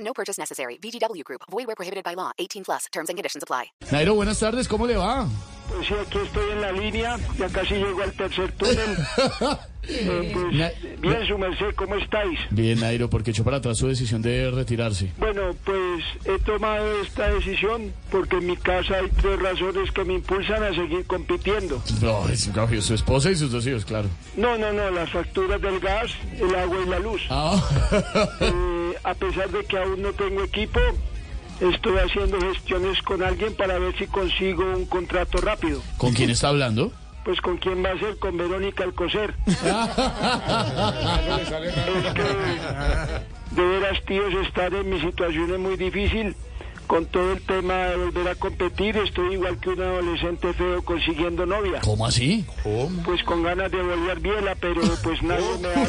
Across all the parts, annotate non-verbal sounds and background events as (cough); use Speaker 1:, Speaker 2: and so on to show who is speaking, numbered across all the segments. Speaker 1: No purchase necessary. VGW Group. Void where prohibited by law. 18 plus. Terms and conditions apply.
Speaker 2: Nairo, buenas tardes, ¿cómo le va?
Speaker 3: Pues sí, aquí estoy en la línea, ya casi llego al tercer túnel. Eh, pues,
Speaker 2: Na-
Speaker 3: bien, su merced, ¿cómo estáis?
Speaker 2: Bien, Nairo, porque echó para atrás su decisión de retirarse.
Speaker 3: Bueno, pues he tomado esta decisión porque en mi casa hay tres razones que me impulsan a seguir compitiendo.
Speaker 2: No, es obvio, su esposa y sus dos hijos, claro.
Speaker 3: No, no, no, las facturas del gas, el agua y la luz.
Speaker 2: (laughs) Ah,
Speaker 3: Eh, a pesar de que aún no tengo equipo, estoy haciendo gestiones con alguien para ver si consigo un contrato rápido.
Speaker 2: ¿Con quién está hablando?
Speaker 3: Pues con quién va a ser, con Verónica Alcocer. Es que, de veras, tíos, estar en mi situación es muy difícil. Con todo el tema de volver a competir, estoy igual que un adolescente feo consiguiendo novia.
Speaker 2: ¿Cómo así?
Speaker 3: Pues con ganas de volver biela, pero pues nadie me habla.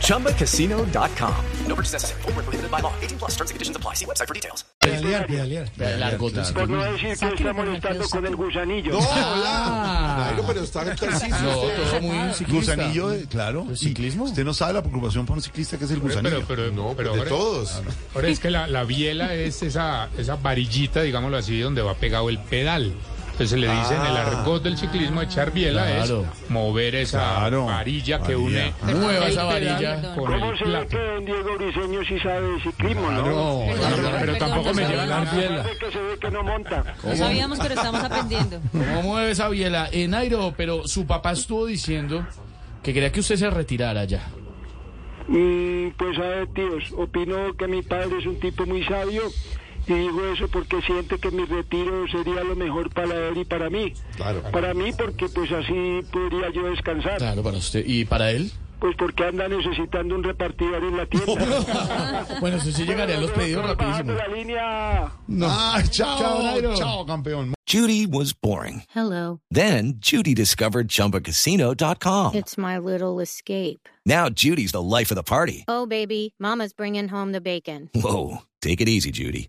Speaker 4: ChumbaCasino.com. No purchase necessary. Void where prohibited by law. 18 plus terms and conditions apply. See website for details.
Speaker 5: Pedalear, pedalear.
Speaker 2: Las gotas.
Speaker 3: Por no decir que está molestando con el gusanillo.
Speaker 5: No, hola. Nairo, pero está en Tarcisio
Speaker 2: No,
Speaker 5: usted.
Speaker 2: todo muy ciclista.
Speaker 5: Gusanillo, eh, claro.
Speaker 2: ¿Pero ciclismo?
Speaker 5: Usted no sabe la preocupación por un ciclista que es el gusanillo.
Speaker 6: Pero, pero,
Speaker 5: no,
Speaker 6: pero
Speaker 5: de
Speaker 6: ahora-
Speaker 5: todos.
Speaker 6: Ahora es que la, la biela es esa, esa varillita, digámoslo así, donde va pegado el pedal. Entonces le dicen el
Speaker 5: Ah.
Speaker 6: argot del ciclismo, echar biela
Speaker 2: Claro.
Speaker 6: es mover esa
Speaker 5: Claro.
Speaker 6: varilla que
Speaker 5: Varilla.
Speaker 6: une
Speaker 2: Mueva
Speaker 6: el
Speaker 2: esa
Speaker 6: pedal
Speaker 2: varilla.
Speaker 6: con
Speaker 3: ¿Cómo
Speaker 6: el
Speaker 3: se ve que
Speaker 6: plato.
Speaker 3: don Diego Briseño sí sabe de ciclismo, no?
Speaker 2: No,
Speaker 6: Pero, pero tampoco me llevan a dar biela.
Speaker 3: Parece que se ve que no monta.
Speaker 7: No sabíamos, pero estamos aprendiendo.
Speaker 2: ¿Cómo mueve esa biela? Eh, Nairo, pero su papá estuvo diciendo que quería que usted se retirara ya.
Speaker 3: Mm, pues a ver, tíos, opino que mi padre es un tipo muy sabio y digo eso porque siente que mi retiro sería lo mejor para él y para mí.
Speaker 5: Claro.
Speaker 3: Para mí porque pues así podría yo descansar,
Speaker 2: Claro, para usted. ¿Y para él?
Speaker 3: pues porque anda necesitando un repartidor en la
Speaker 2: (laughs)
Speaker 3: tienda.
Speaker 2: Bueno, si sí llegaría a los pedidos
Speaker 3: Bajando
Speaker 2: rapidísimo.
Speaker 3: la línea.
Speaker 5: No. Ah, chao,
Speaker 2: Chao, Nairo.
Speaker 5: chao, campeón.
Speaker 4: Judy was boring.
Speaker 8: Hello,
Speaker 4: Then Judy discovered ChumbaCasino.com.
Speaker 8: it's my little escape.
Speaker 4: Now Judy's the life of the party.
Speaker 8: Oh, baby, Mama's bringing home the bacon.
Speaker 4: Whoa, take it easy, Judy.